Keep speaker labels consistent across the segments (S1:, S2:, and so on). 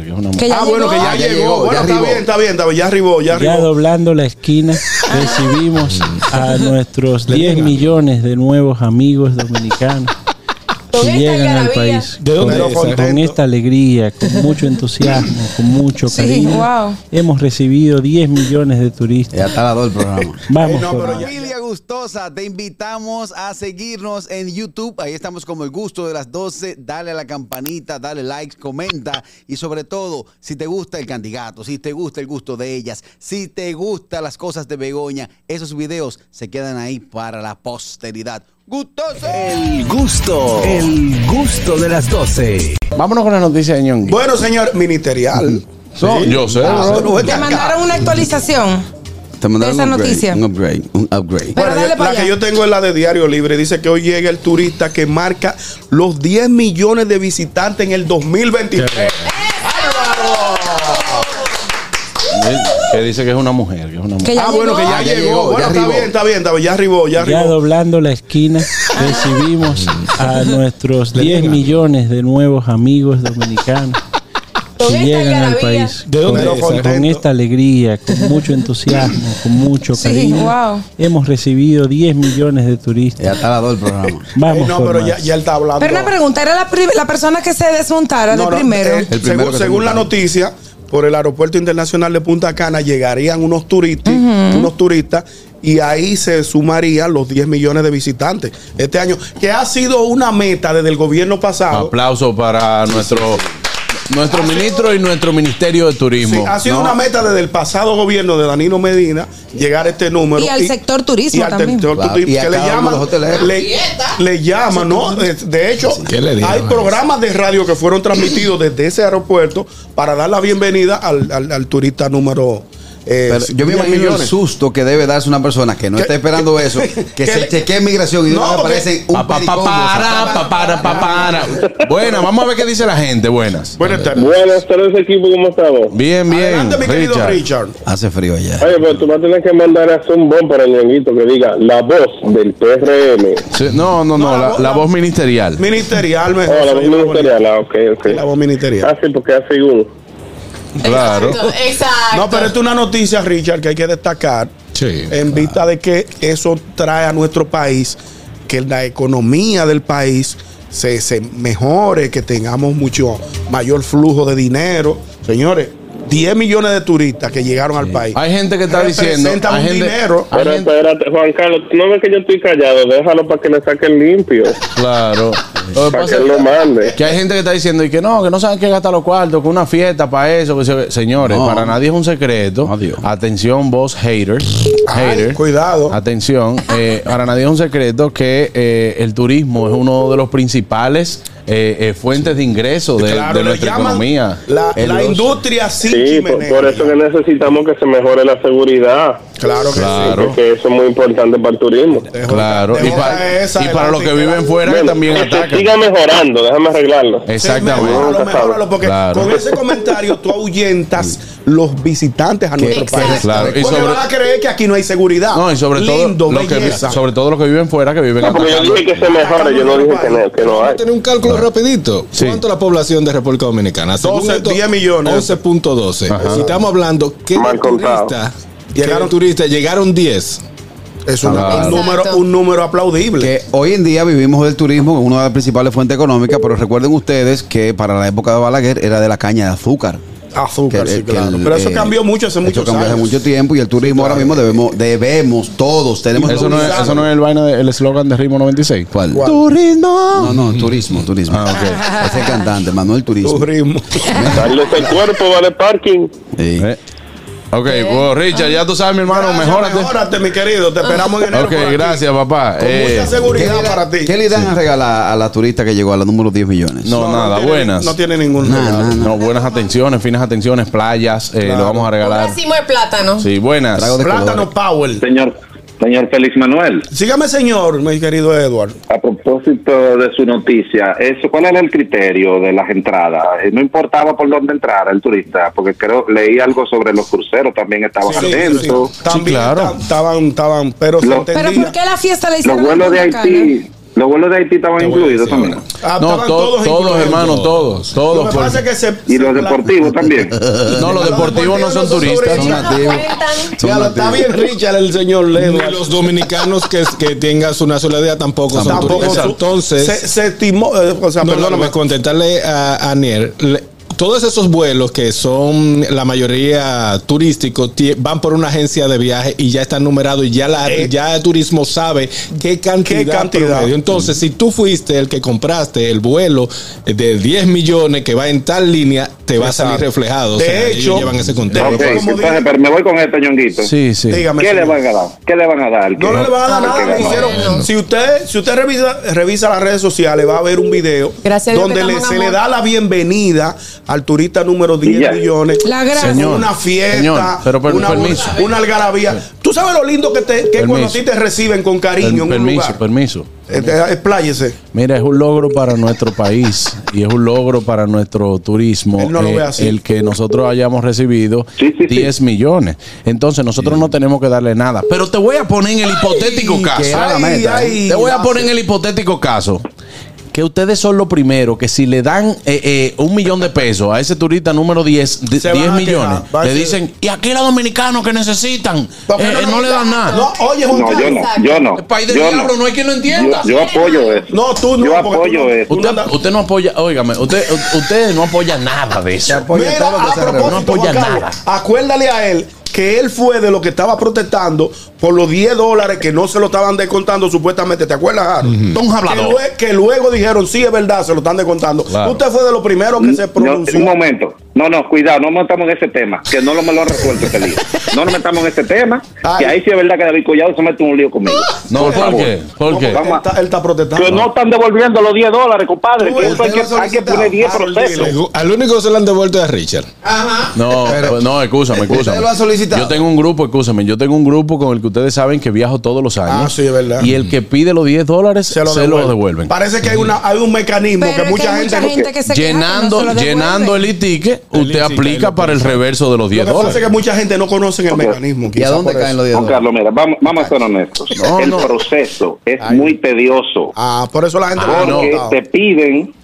S1: una mujer.
S2: Que ya
S3: ah, bueno, que
S2: llegó.
S3: ya,
S1: Ah, ya
S3: llegó.
S1: llegó,
S3: Bueno,
S1: ya
S3: está
S1: arribó.
S3: bien, está bien, está bien. Ya arribó, ya
S4: Ya
S3: arribó.
S4: doblando la esquina, recibimos a nuestros 10 millones de nuevos amigos dominicanos
S2: Con
S4: que
S2: esta
S4: llegan al
S2: algarabía.
S4: país.
S3: ¿De dónde
S4: con,
S3: es?
S4: con
S3: Contento.
S4: esta alegría, con mucho entusiasmo, con mucho
S2: Sí,
S4: cariño.
S2: wow.
S4: Hemos recibido 10 millones de turistas.
S1: Ya está la dos el programa.
S4: Vamos.
S3: Ey, Eh, no,
S4: por
S3: pero
S4: ahí.
S3: ya-
S5: Familia gustosa, te invitamos a seguirnos en YouTube. Ahí estamos como el gusto de las 12. Dale a la campanita, dale like, comenta. Y sobre todo, si te gusta el candidato, si te gusta el gusto de ellas, si te gustan las cosas de Begoña, esos videos se quedan ahí para la posteridad. ¡Gustoso!
S6: El gusto, el gusto de las 12.
S1: Vámonos con la noticia de Ñongi.
S3: Bueno, señor, ministerial.
S1: Son-
S7: Yo sé.
S3: Ah, bueno, vete
S2: Te
S3: acá.
S2: mandaron una actualización.
S1: Te mandaron
S2: Esa
S1: un upgrade,
S2: noticia.
S1: Un upgrade, un upgrade.
S2: Pero
S3: Bueno,
S2: dale
S3: yo-
S2: pa'
S3: la
S2: allá.
S3: que yo tengo es la de Diario Libre. Dice que hoy llega el turista que marca los 10 millones de visitantes en el 2023.
S7: Que dice que es una mujer, que es una mujer.
S2: Que ya
S3: ah,
S2: llegó.
S3: bueno, que ya,
S1: ya
S3: llegó.
S1: llegó,
S3: Bueno,
S1: ya
S3: está
S1: arribó.
S3: bien, está bien, está bien. Ya arribó, ya
S4: Ya
S3: arribó.
S4: doblando la esquina, recibimos a nuestros 10 millones de nuevos amigos dominicanos
S2: Con
S4: que
S2: esta
S4: llegan al
S2: algarabía.
S4: país.
S3: ¿De dónde
S4: con,
S3: es esa?
S4: con esta alegría, con mucho entusiasmo, con mucho
S2: Sí,
S4: cariño.
S2: wow.
S4: Hemos recibido 10 millones de turistas.
S1: Ya está la dos el programa.
S4: Vamos.
S3: Ey, Eh, no,
S4: por
S3: pero ya,
S4: más.
S3: ya él está hablando.
S2: Pero una pregunta, ¿era la, pri- la persona que se desmontara
S3: No,
S2: de
S3: no,
S2: primero?
S3: eh,
S1: El primero
S3: según
S1: que se
S3: según la
S1: montaron.
S3: noticia, por el aeropuerto internacional de Punta Cana llegarían unos turistas, unos turistas y ahí se sumarían los 10 millones de visitantes este año, que ha sido una meta desde el gobierno
S1: Ah,
S3: pasado.
S7: Aplauso para nuestro nuestro ministro y nuestro ministerio de
S3: Sí,
S7: turismo.
S3: ha sido
S7: ¿no?
S3: una meta desde el pasado gobierno de Danilo Medina llegar a este número.
S2: Y al sector turismo
S3: y al
S2: también.
S3: sector
S1: Claro,
S3: turismo,
S1: y a
S3: que le
S1: cada uno de
S3: llaman,
S1: los hoteleros.
S3: le, le llaman, ¿no? De, de hecho,
S6: ¿qué le
S3: hay
S1: eh?
S6: llaman?
S3: programas de radio que fueron transmitidos desde ese aeropuerto para dar la bienvenida al, al- al turista número. eh,
S1: Pero yo me
S3: 10
S1: imagino el
S3: millones.
S1: susto que debe darse una persona que no
S3: Que-
S1: está esperando eso,
S3: que-
S1: que se chequee migración y de
S3: No,
S1: una vez
S3: porque-
S1: aparece un
S7: Pa, pa, pa,
S1: pedicombo,
S7: para,
S1: zapata.
S7: pa, para, pa, para. Buena, vamos a ver qué dice la gente. Buenas.
S3: Buenas tardes.
S8: Buenas tardes, equipo, ¿cómo estamos?
S7: Bien, bien.
S3: Adelante, mi querido
S7: Richard.
S3: Richard.
S1: Hace frío allá.
S8: Oye, pero tú vas a tener que mandar a hacer un bon para el ñanguito que diga la voz del PRM.
S7: Sí, no, no, no,
S3: No, la
S7: la,
S3: voz-
S7: la
S3: la-
S7: voz ministerial.
S3: Ministerial, me-
S8: Oh, la voz ministerial, ah, ok, ok.
S3: La voz ministerial.
S8: Ah, sí, porque hace uno.
S7: Claro.
S2: Exacto.
S3: No, pero esta es una noticia, Richard, que hay que destacar.
S6: Sí.
S3: en vista de que eso trae a nuestro país que la economía del país se, se mejore, que tengamos mucho mayor flujo de dinero. Señores, 10 millones de turistas que llegaron al país.
S7: Hay gente que está diciendo.
S3: Representa
S7: Hay
S3: un
S7: gente,
S3: dinero.
S7: hay
S8: Pero
S7: gente-
S8: espérate, Juan Carlos, tú no ves que yo estoy callado, déjalo para que le saquen limpio,
S7: claro. Lo
S8: para
S7: que
S8: que
S7: pasa
S8: él lo
S7: es
S8: mande.
S7: que hay gente que está diciendo y que no, que no saben qué gastar los cuartos, que una fiesta para eso. que se- Señores,
S1: No.
S7: para nadie es un secreto.
S1: Adiós.
S7: Atención, vos haters.
S3: Ay,
S7: haters.
S3: cuidado.
S7: Atención, eh, para nadie es un secreto que eh, el turismo es uno de los principales eh, eh, fuentes de ingresos de,
S3: Claro,
S7: de
S3: le
S7: nuestra
S3: llaman
S7: economía.
S3: La,
S7: El
S3: la
S7: ocio.
S3: industria sin
S8: Sí, por,
S3: chimenea.
S8: por eso que necesitamos que se mejore la seguridad,
S3: Claro que
S7: Claro.
S8: porque eso es muy importante para el turismo.
S3: sí. Dejo-
S7: Claro, y
S3: dejo
S7: para,
S3: esa
S7: y para los que
S3: adelante,
S7: viven fuera que
S8: Bueno,
S7: también
S8: que se
S7: atacan.
S8: siga mejorando, déjame arreglarlo.
S3: Sí,
S7: Exactamente.
S3: mejóralo, mejóralo, porque
S7: Claro.
S3: con ese comentario tú ahuyentas los visitantes a nuestro país.
S7: Claro, y
S3: Porque
S7: sobre-
S3: van a creer que aquí no hay seguridad.
S7: No, y sobre
S3: Lindo,
S7: todo, los que,
S3: belleza.
S7: sobre todo los que viven fuera, que viven
S8: No, porque yo
S7: atacando.
S8: dije que se mejore, yo no dije que no, que no hay.
S6: Vamos a tener un cálculo rapidito.
S7: Sí.
S6: ¿Cuánto la población de República Dominicana? Según
S3: 12, 10 millones.
S6: 11.12. Si estamos hablando que
S8: Mal contado.
S6: turistas
S3: Llegaron-
S6: llegaron turistas, llegaron 10.
S3: Es una-
S7: Claro.
S3: un, número, un número aplaudible.
S1: Que hoy en día vivimos del turismo, una de las principales fuentes económicas, pero recuerden ustedes que para la época de Balaguer era de la caña de azúcar.
S3: Azúcar,
S1: Que-
S3: sí,
S1: que
S3: claro.
S1: el,
S3: Pero eso
S1: eh,
S3: cambió mucho hace
S1: eso
S3: muchos
S1: cambió
S3: años.
S1: hace mucho tiempo y el turismo ahora mismo debemos, debemos todos, tenemos
S7: Eso no, es,
S1: globalizado.
S7: eso no es el vaina de- el eslogan de Ritmo 96.
S1: ¿Cuál?
S7: Turismo.
S1: No, no, turismo, turismo.
S7: Ah, ok.
S1: Es el cantante, Manuel Turismo.
S3: Tu ritmo.
S8: Darles el cuerpo, vale parking.
S1: Sí.
S7: Eh, Ok, bueno, Richard, ya tú sabes, mi hermano,
S3: Gracias,
S7: mejórate.
S3: Mejórate, mi querido. Te esperamos en enero.
S7: Ok,
S3: por aquí.
S7: gracias, papá.
S3: Con
S7: Eh,
S3: mucha
S1: ¿Qué
S3: seguridad
S1: le,
S3: para ti.
S1: ¿Qué le dan a regalar a la turista que llegó a la número 10 millones?
S7: no, nada,
S3: tiene-
S7: buenas.
S3: No tiene ningún
S1: Nada,
S3: regalo.
S1: nada.
S7: No, buenas atenciones, finas atenciones, playas, eh, lo vamos a regalar.
S2: de plátano.
S7: Sí, buenas.
S1: Trago de colores.
S3: Plátano Powell.
S9: Señor, señor Félix Manuel,
S3: Sígame, señor, mi querido Edward.
S9: a propósito de su noticia, eso, ¿cuál era el criterio de las entradas? Eh, No importaba por dónde entrara el turista, porque creo leí algo sobre los cruceros, también estaban
S3: Sí, sí,
S9: atentos.
S3: sí. También
S7: claro.
S3: ta- estaban, estaban, pero se
S9: Lo-
S2: Pero
S3: entendía.
S2: ¿por qué la fiesta la
S9: Los
S2: hicieron?
S9: vuelos de
S2: en Punta Cana?
S9: Haití,
S8: Los vuelos de Haití estaban
S7: Te voy a
S8: incluidos
S7: decir
S8: también.
S3: Ah,
S7: No, to-
S3: estaban
S7: todos,
S3: incluidos.
S7: hermano, todos, todos,
S3: Lo que pasa
S7: porque-
S3: es que se,
S8: Y los
S3: se-
S8: deportivos también.
S7: ahora. No, los deportivos no son turistas.
S9: Ellos
S1: Son nativos.
S9: cuentan.
S1: Son
S3: Ya lo está bien
S1: nativos.
S3: Richard, el señor Ledo.
S6: Ni los dominicanos que, que tengan su nacionalidad tampoco, son
S3: Tampoco
S6: turistas.
S3: su-
S6: Entonces,
S3: se, se estimó, eh, o sea,
S6: no,
S3: perdóname.
S6: perdóname, contentarle a Anier. le- todos esos vuelos que son la mayoría turísticos ti- van por una agencia de viaje y ya están numerados y ya la
S3: Eh.
S6: ya el turismo sabe qué cantidad,
S3: ¿Qué cantidad?
S6: promedio. Entonces, si tú fuiste el que compraste el vuelo de 10 millones que va en tal línea, te va a salir
S3: Exacto.
S6: reflejado.
S3: De
S6: o sea, ellos
S3: hecho,
S6: llevan ese
S3: de-
S6: conteo.
S8: Ok,
S3: como
S8: entonces,
S3: dije-
S8: pero me voy con este ñonguito.
S7: Sí, sí.
S3: Dígame.
S8: ¿Qué le
S3: señor.
S8: van a dar? ¿Qué le van a dar? al que
S3: No, no le van a dar
S8: al que
S3: nada. le
S8: ganó?
S3: hicieron. Si usted, si usted revisa, revisa las redes sociales, va a ver un video
S9: Gracias a Dios
S3: donde
S9: que
S3: le-
S9: estamos en
S3: se le
S9: amor.
S3: da la bienvenida al turista número
S8: Y ya.
S3: 10 millones.
S9: La gracia.
S7: Señor,
S3: una fiesta,
S7: señor, pero per-
S3: una,
S7: permiso.
S3: una algarabía. Tú sabes lo lindo que, te, que cuando a ti te reciben con cariño
S7: Per-
S3: en un
S7: permiso,
S3: lugar.
S7: permiso.
S3: Este, expláyese.
S7: Mira, es un logro para nuestro país y es un logro para nuestro turismo eh,
S3: Él no lo ve así.
S7: el que nosotros hayamos recibido
S8: Sí, sí, sí.
S7: 10 millones. Entonces nosotros no tenemos que darle nada. Pero te voy a poner en el hipotético
S3: que
S7: caso.
S3: era la meta, Ay, ¿eh?
S7: te voy a poner en el hipotético caso que ustedes son los primeros que si le dan eh, eh, un millón de pesos a ese turista número 10, de-
S3: Se
S7: 10
S3: van a
S7: millones,
S3: quejar, va a
S7: le
S3: ser-
S7: dicen, y aquí los dominicanos que necesitan,
S3: Porque
S7: Eh, eh, no, le dan nada.
S3: No, oye, Juan
S8: No, yo
S3: Carlos.
S8: no, yo no.
S7: el país del
S8: yo
S7: diablo no. hay quien lo entienda.
S8: Yo, yo apoyo eso.
S3: No, tú no,
S8: Yo
S3: porque tú
S8: apoyo
S3: no.
S8: eso.
S7: Usted,
S3: andas-
S7: usted no apoya, óigame, usted, u- usted no apoya nada de eso.
S1: Apoya
S3: Mira, ah,
S1: todo lo que
S3: a
S1: sea
S3: propósito,
S7: No apoya
S3: Juan Carlos,
S7: nada.
S3: Acuérdale a él que él fue de lo que estaba protestando por los 10 dólares que no se lo estaban descontando supuestamente. ¿Te acuerdas, Harold?
S7: Don
S3: que,
S7: Hablador.
S3: lue- que luego dijeron, sí, es verdad, se lo están descontando.
S7: Claro.
S3: Usted fue de los primeros que se
S8: No,
S3: pronunció.
S8: un momento. No, no, cuidado, no montamos en ese tema, que no lo me lo han resuelto este lío. No nos metamos en ese tema,
S3: Ay.
S8: que ahí sí es verdad que David Collado se mete un lío conmigo.
S7: No, ¿por
S8: favor.
S7: qué? ¿Por
S3: No,
S7: qué?
S3: porque Él, está, él está protestando.
S8: Que no están devolviendo los 10 dólares, compadre.
S3: Tú
S8: Que
S3: ves,
S8: eso hay
S3: usted
S8: que,
S3: lo ha
S8: hay que poner 10
S3: solicitado.
S8: procesos.
S6: Le- Al único que se le han devuelto es a Richard.
S7: No,
S1: Pero-
S7: no, escúchame, escúchame.
S1: ¿Ustedes lo han solicitado?
S7: Yo tengo un grupo, escúchame, yo tengo un grupo con el que ustedes saben que viajo todos los años.
S3: Ah, sí, es verdad.
S7: Y el que pide los 10 dólares se
S3: Se lo,
S7: lo,
S3: devuelven.
S7: devuelven.
S3: Parece que hay, una, hay un mecanismo
S9: Pero es
S3: que mucha
S9: hay
S3: gente.
S9: mucha gente que se queja que no
S7: Llenando,
S9: se lo devuelven.
S7: llenando el ticket, usted
S6: ticket, ahí
S7: aplica
S6: lo
S7: para el reverso de los
S3: Lo
S7: 10
S3: que pasa es
S7: dólares.
S3: que mucha gente no conoce el
S1: ¿Y
S3: mecanismo.
S1: a
S3: quizá
S1: dónde
S3: por
S1: caen
S3: eso.
S1: los 10
S8: Juan
S1: dólares?
S8: Carlos, mira, vamos, vamos a ser honestos.
S7: No,
S8: el
S7: no.
S8: proceso es muy tedioso.
S3: Ah, por eso la gente
S7: Ah,
S3: no
S8: Porque
S3: ha
S8: te piden,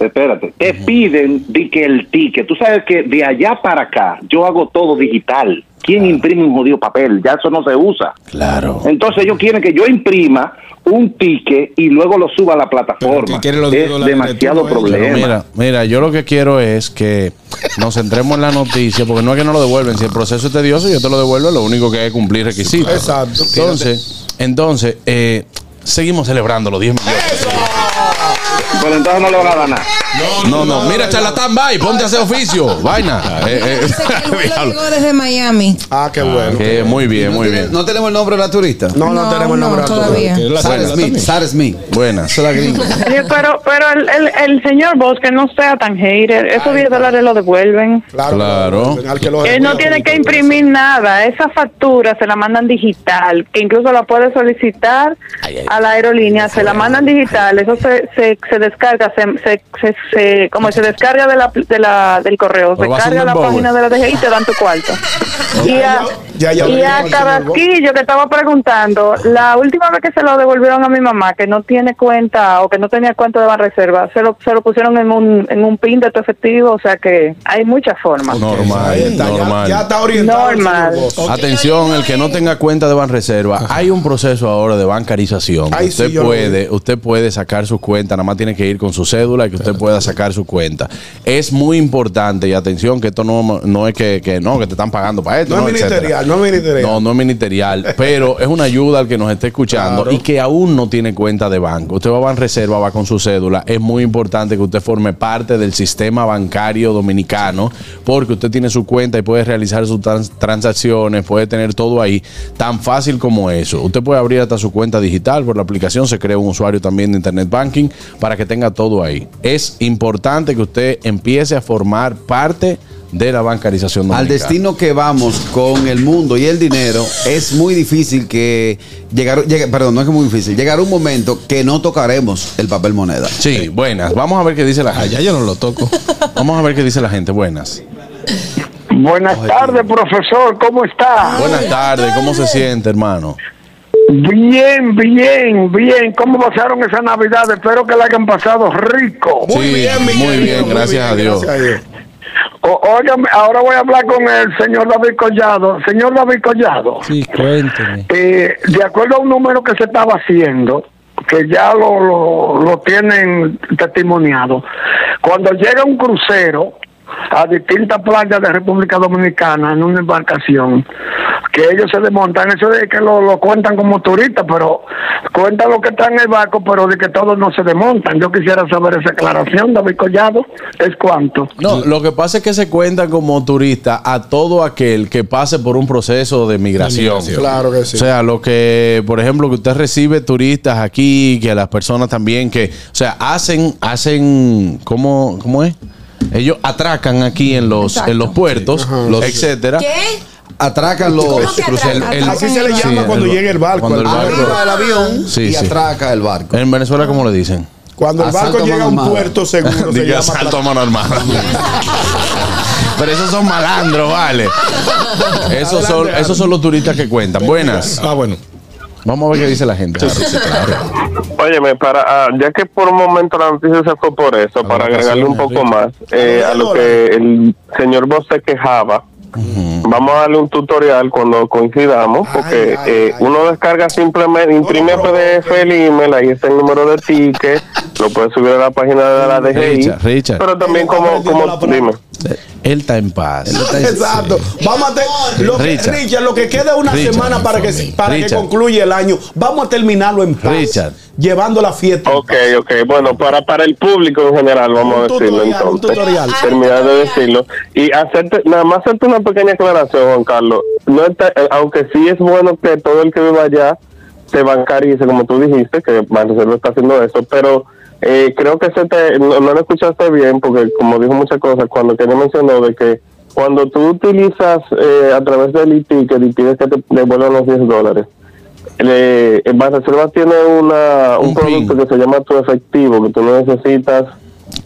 S8: espérate, te piden di que el ticket, tú sabes que de allá para acá yo hago todo digital. ¿Quién
S3: Ah.
S8: imprime un jodido papel? Ya eso no se usa.
S7: Claro.
S8: Entonces ellos quieren que yo imprima un ticket y luego lo suba a la plataforma.
S6: Pero que quiere los
S8: es
S6: dólares de
S8: demasiado
S6: tú, ¿eh?
S8: problema.
S7: Pero mira, mira, yo lo que quiero es que nos centremos en la noticia, porque no es que no lo devuelven. Si el proceso es tedioso, yo te lo devuelvo, lo único que hay es cumplir requisitos.
S3: Exacto.
S7: Entonces, entonces eh, seguimos celebrando los 10 millones.
S8: Pero entonces no le van a dar nada.
S7: No, no, mira, charlatán, bye, ponte a hacer oficio, vaina. Eh, eh,
S9: Dice que el vuelo
S7: diablo.
S9: llegó desde Miami.
S3: Ah, qué bueno.
S7: Que muy bien, muy bien.
S1: No tenemos el nombre de la turista.
S3: No, no,
S9: No,
S3: tenemos el
S9: no,
S3: nombre actual.
S9: todavía.
S6: Que es la
S1: Sarah
S6: suegra
S1: Smith,
S6: también.
S1: Sarah Smith.
S7: Buenas.
S1: Esa es la gringa.
S2: Oye, pero pero el, el, el señor Bosch que no sea tan hater, esos 10 dólares lo devuelven.
S3: Claro.
S7: Claro.
S3: Al que lo
S2: Él no
S3: recuerda.
S2: tiene que
S3: pues.
S2: imprimir nada, esa factura se la mandan digital, que incluso la puede solicitar a la aerolínea, se la mandan digital, eso se, se, se descarga, se, se, se, se- como se descarga de la, de la, del correo, se
S7: Pero vas a
S2: carga
S7: un
S2: la
S7: Bower.
S2: página de la DGI y te dan tu cuarto. Y a,
S3: Ya, ya, ya, ya,
S2: y
S3: ya,
S2: a
S3: ya, ya,
S2: Carrasquillo que estaba preguntando, la última vez que se lo devolvieron a mi mamá, que no tiene cuenta o que no tenía cuenta de Banreserva, se lo, se lo pusieron en un, en un pin de tu efectivo, o sea que hay muchas formas.
S3: Ahí
S7: Normal,
S3: está, ya-
S7: normal.
S3: Ya, está orientado. el
S2: Normal.
S3: señor Bosch.
S7: Atención, el que no tenga cuenta de Banreserva, hay un proceso ahora de bancarización.
S3: Ay,
S7: usted
S3: sí, yo lo
S7: puede, usted puede sacar su cuenta, nada más tiene que ir con su cédula y que usted pueda sacar su cuenta. Es muy importante y atención que esto no, no es que, que no, que te están pagando para esto.
S3: No es
S7: etcétera.
S3: ministerial, no es ministerial.
S7: No, no es ministerial, pero es una ayuda al que nos esté escuchando
S3: Claro.
S7: y que aún no tiene cuenta de banco. Usted va a Banreserva, va con su cédula. Es muy importante que usted forme parte del sistema bancario dominicano porque usted tiene su cuenta y puede realizar sus trans- transacciones, puede tener todo ahí, tan fácil como eso. Usted puede abrir hasta su cuenta digital por la aplicación, se crea un usuario también de Internet Banking para que tenga todo ahí. Es importante que usted empiece a formar parte de la bancarización dominicana.
S1: Al destino que vamos con el mundo y el dinero, es muy difícil que llegar, llegue- perdón, no es que muy difícil, llegará un momento que no tocaremos el papel moneda.
S7: Sí, buenas. Vamos a ver qué dice la gente.
S6: Allá yo no lo toco.
S7: Vamos a ver qué dice la gente. Buenas.
S10: Buenas tardes, profesor. ¿Cómo está?
S7: Buenas tardes. ¿Cómo se siente, hermano?
S11: Bien, bien, bien. ¿Cómo pasaron esa Navidad? Espero que la hayan pasado rico.
S7: Sí, muy bien, gracias a Dios.
S11: O- óigame, ahora voy a hablar con el señor David Collado. Señor David Collado.
S4: Sí, cuénteme.
S11: Eh, de acuerdo a un número que se estaba haciendo, que ya lo, lo, lo tienen testimoniado, cuando llega un crucero a distintas playas de República Dominicana en una embarcación, que ellos se desmontan, eso de que lo, lo cuentan como turistas, pero cuentan lo que está en el barco, pero de que todos no se desmontan. Yo quisiera saber esa aclaración, David Collado, es cuánto.
S7: No, lo que pasa es que se cuenta como turista a todo aquel que pase por un proceso de migración.
S3: migración. Claro que sí.
S7: O sea, lo que, por ejemplo, que usted recibe turistas aquí, que las personas también que, o sea, hacen, hacen, ¿cómo, cómo es? Ellos atracan aquí en los,
S5: Exacto.
S7: en los puertos, los- etcétera.
S5: ¿Qué?
S1: Atracan los
S5: ¿Cómo que
S1: cruceros.
S5: atracan? Así se le
S7: sí,
S5: llama cuando llega el barco,
S7: cuando el
S5: arriba
S7: barco-
S5: del avión
S7: Sí,
S5: y
S7: sí.
S1: atraca el barco.
S7: En Venezuela, ¿cómo le dicen?
S3: Cuando el barco llega a un puerto seguro, se
S7: Diga
S3: llama
S7: asalto a mano armada. Pero esos son malandros, vale. Esos son, esos son los turistas que cuentan. Buenas.
S6: Ah, bueno.
S7: Vamos a ver qué dice la gente.
S8: Óyeme, para, ah, ya que por un momento la noticia se fue por eso, para agregarle un poco más eh, a lo que el señor Vos se quejaba, vamos a darle un tutorial cuando coincidamos, porque eh, uno descarga simplemente, imprime PDF el email, ahí está el número de ticket, lo puede subir a la página de la DGI,
S7: Richard, Richard.
S8: pero también como, como dime.
S7: Él está en paz.
S3: Exacto. Vamos a tener lo, que-
S7: Richard.
S3: Richard, lo que queda es una
S7: Richard,
S3: semana para que para que
S7: Richard.
S3: concluya el año. Vamos a terminarlo en paz. Llevando la fiesta.
S8: Ok, ok, bueno, para, para el público en general, vamos a decirlo
S3: tutorial, un
S8: entonces.
S3: tutorial.
S8: Terminar Ah, de decirlo. Y hacerte, nada más hacerte una pequeña aclaración, Juan Carlos. No está- eh, aunque sí es bueno que todo el que viva allá se bancarice, como tú dijiste, que Marcelo está haciendo eso, pero eh, creo que se te, no, no lo escuchaste bien, porque como dijo muchas cosas, cuando que él mencionó de que cuando tú utilizas eh, a través del e-ticket y pides que te devuelvan los 10 dólares, le, en Banreservas tiene una, un, producto que se llama tu efectivo, que tú no necesitas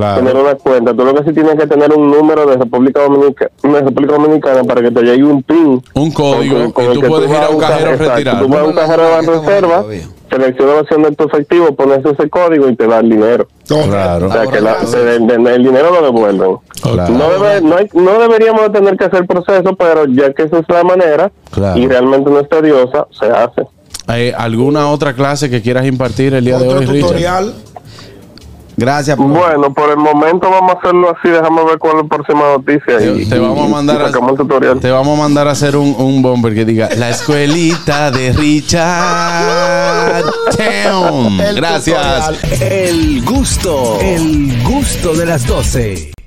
S7: Ah.
S8: tener una cuenta. Tú lo que sí tienes que tener un número de República Dominicana, de República Dominicana para que te llegue un PIN.
S7: Un código, y tú puedes ir a un cajero a retirar.
S8: Tú vas a un cajero de Banreservas, selecciona la opción de tu efectivo, pones ese código y te da el dinero.
S7: Claro.
S8: O sea, que la- de- de- de- el dinero lo devuelven. No, debe- no, hay- no deberíamos de tener que hacer proceso, pero ya que esa es la manera
S7: Claro.
S8: y realmente no es tediosa, se hace.
S7: Eh, ¿Alguna otra clase que quieras impartir el día de hoy, Richard?
S1: Gracias.
S8: Bueno, por el momento vamos a hacerlo así. Déjame ver cuál es la próxima noticia. y,
S7: Te vamos a mandar a, te vamos a mandar a hacer un, un bomber que diga la escuelita de Richard Town. Gracias.
S12: El gusto. El gusto de las 12.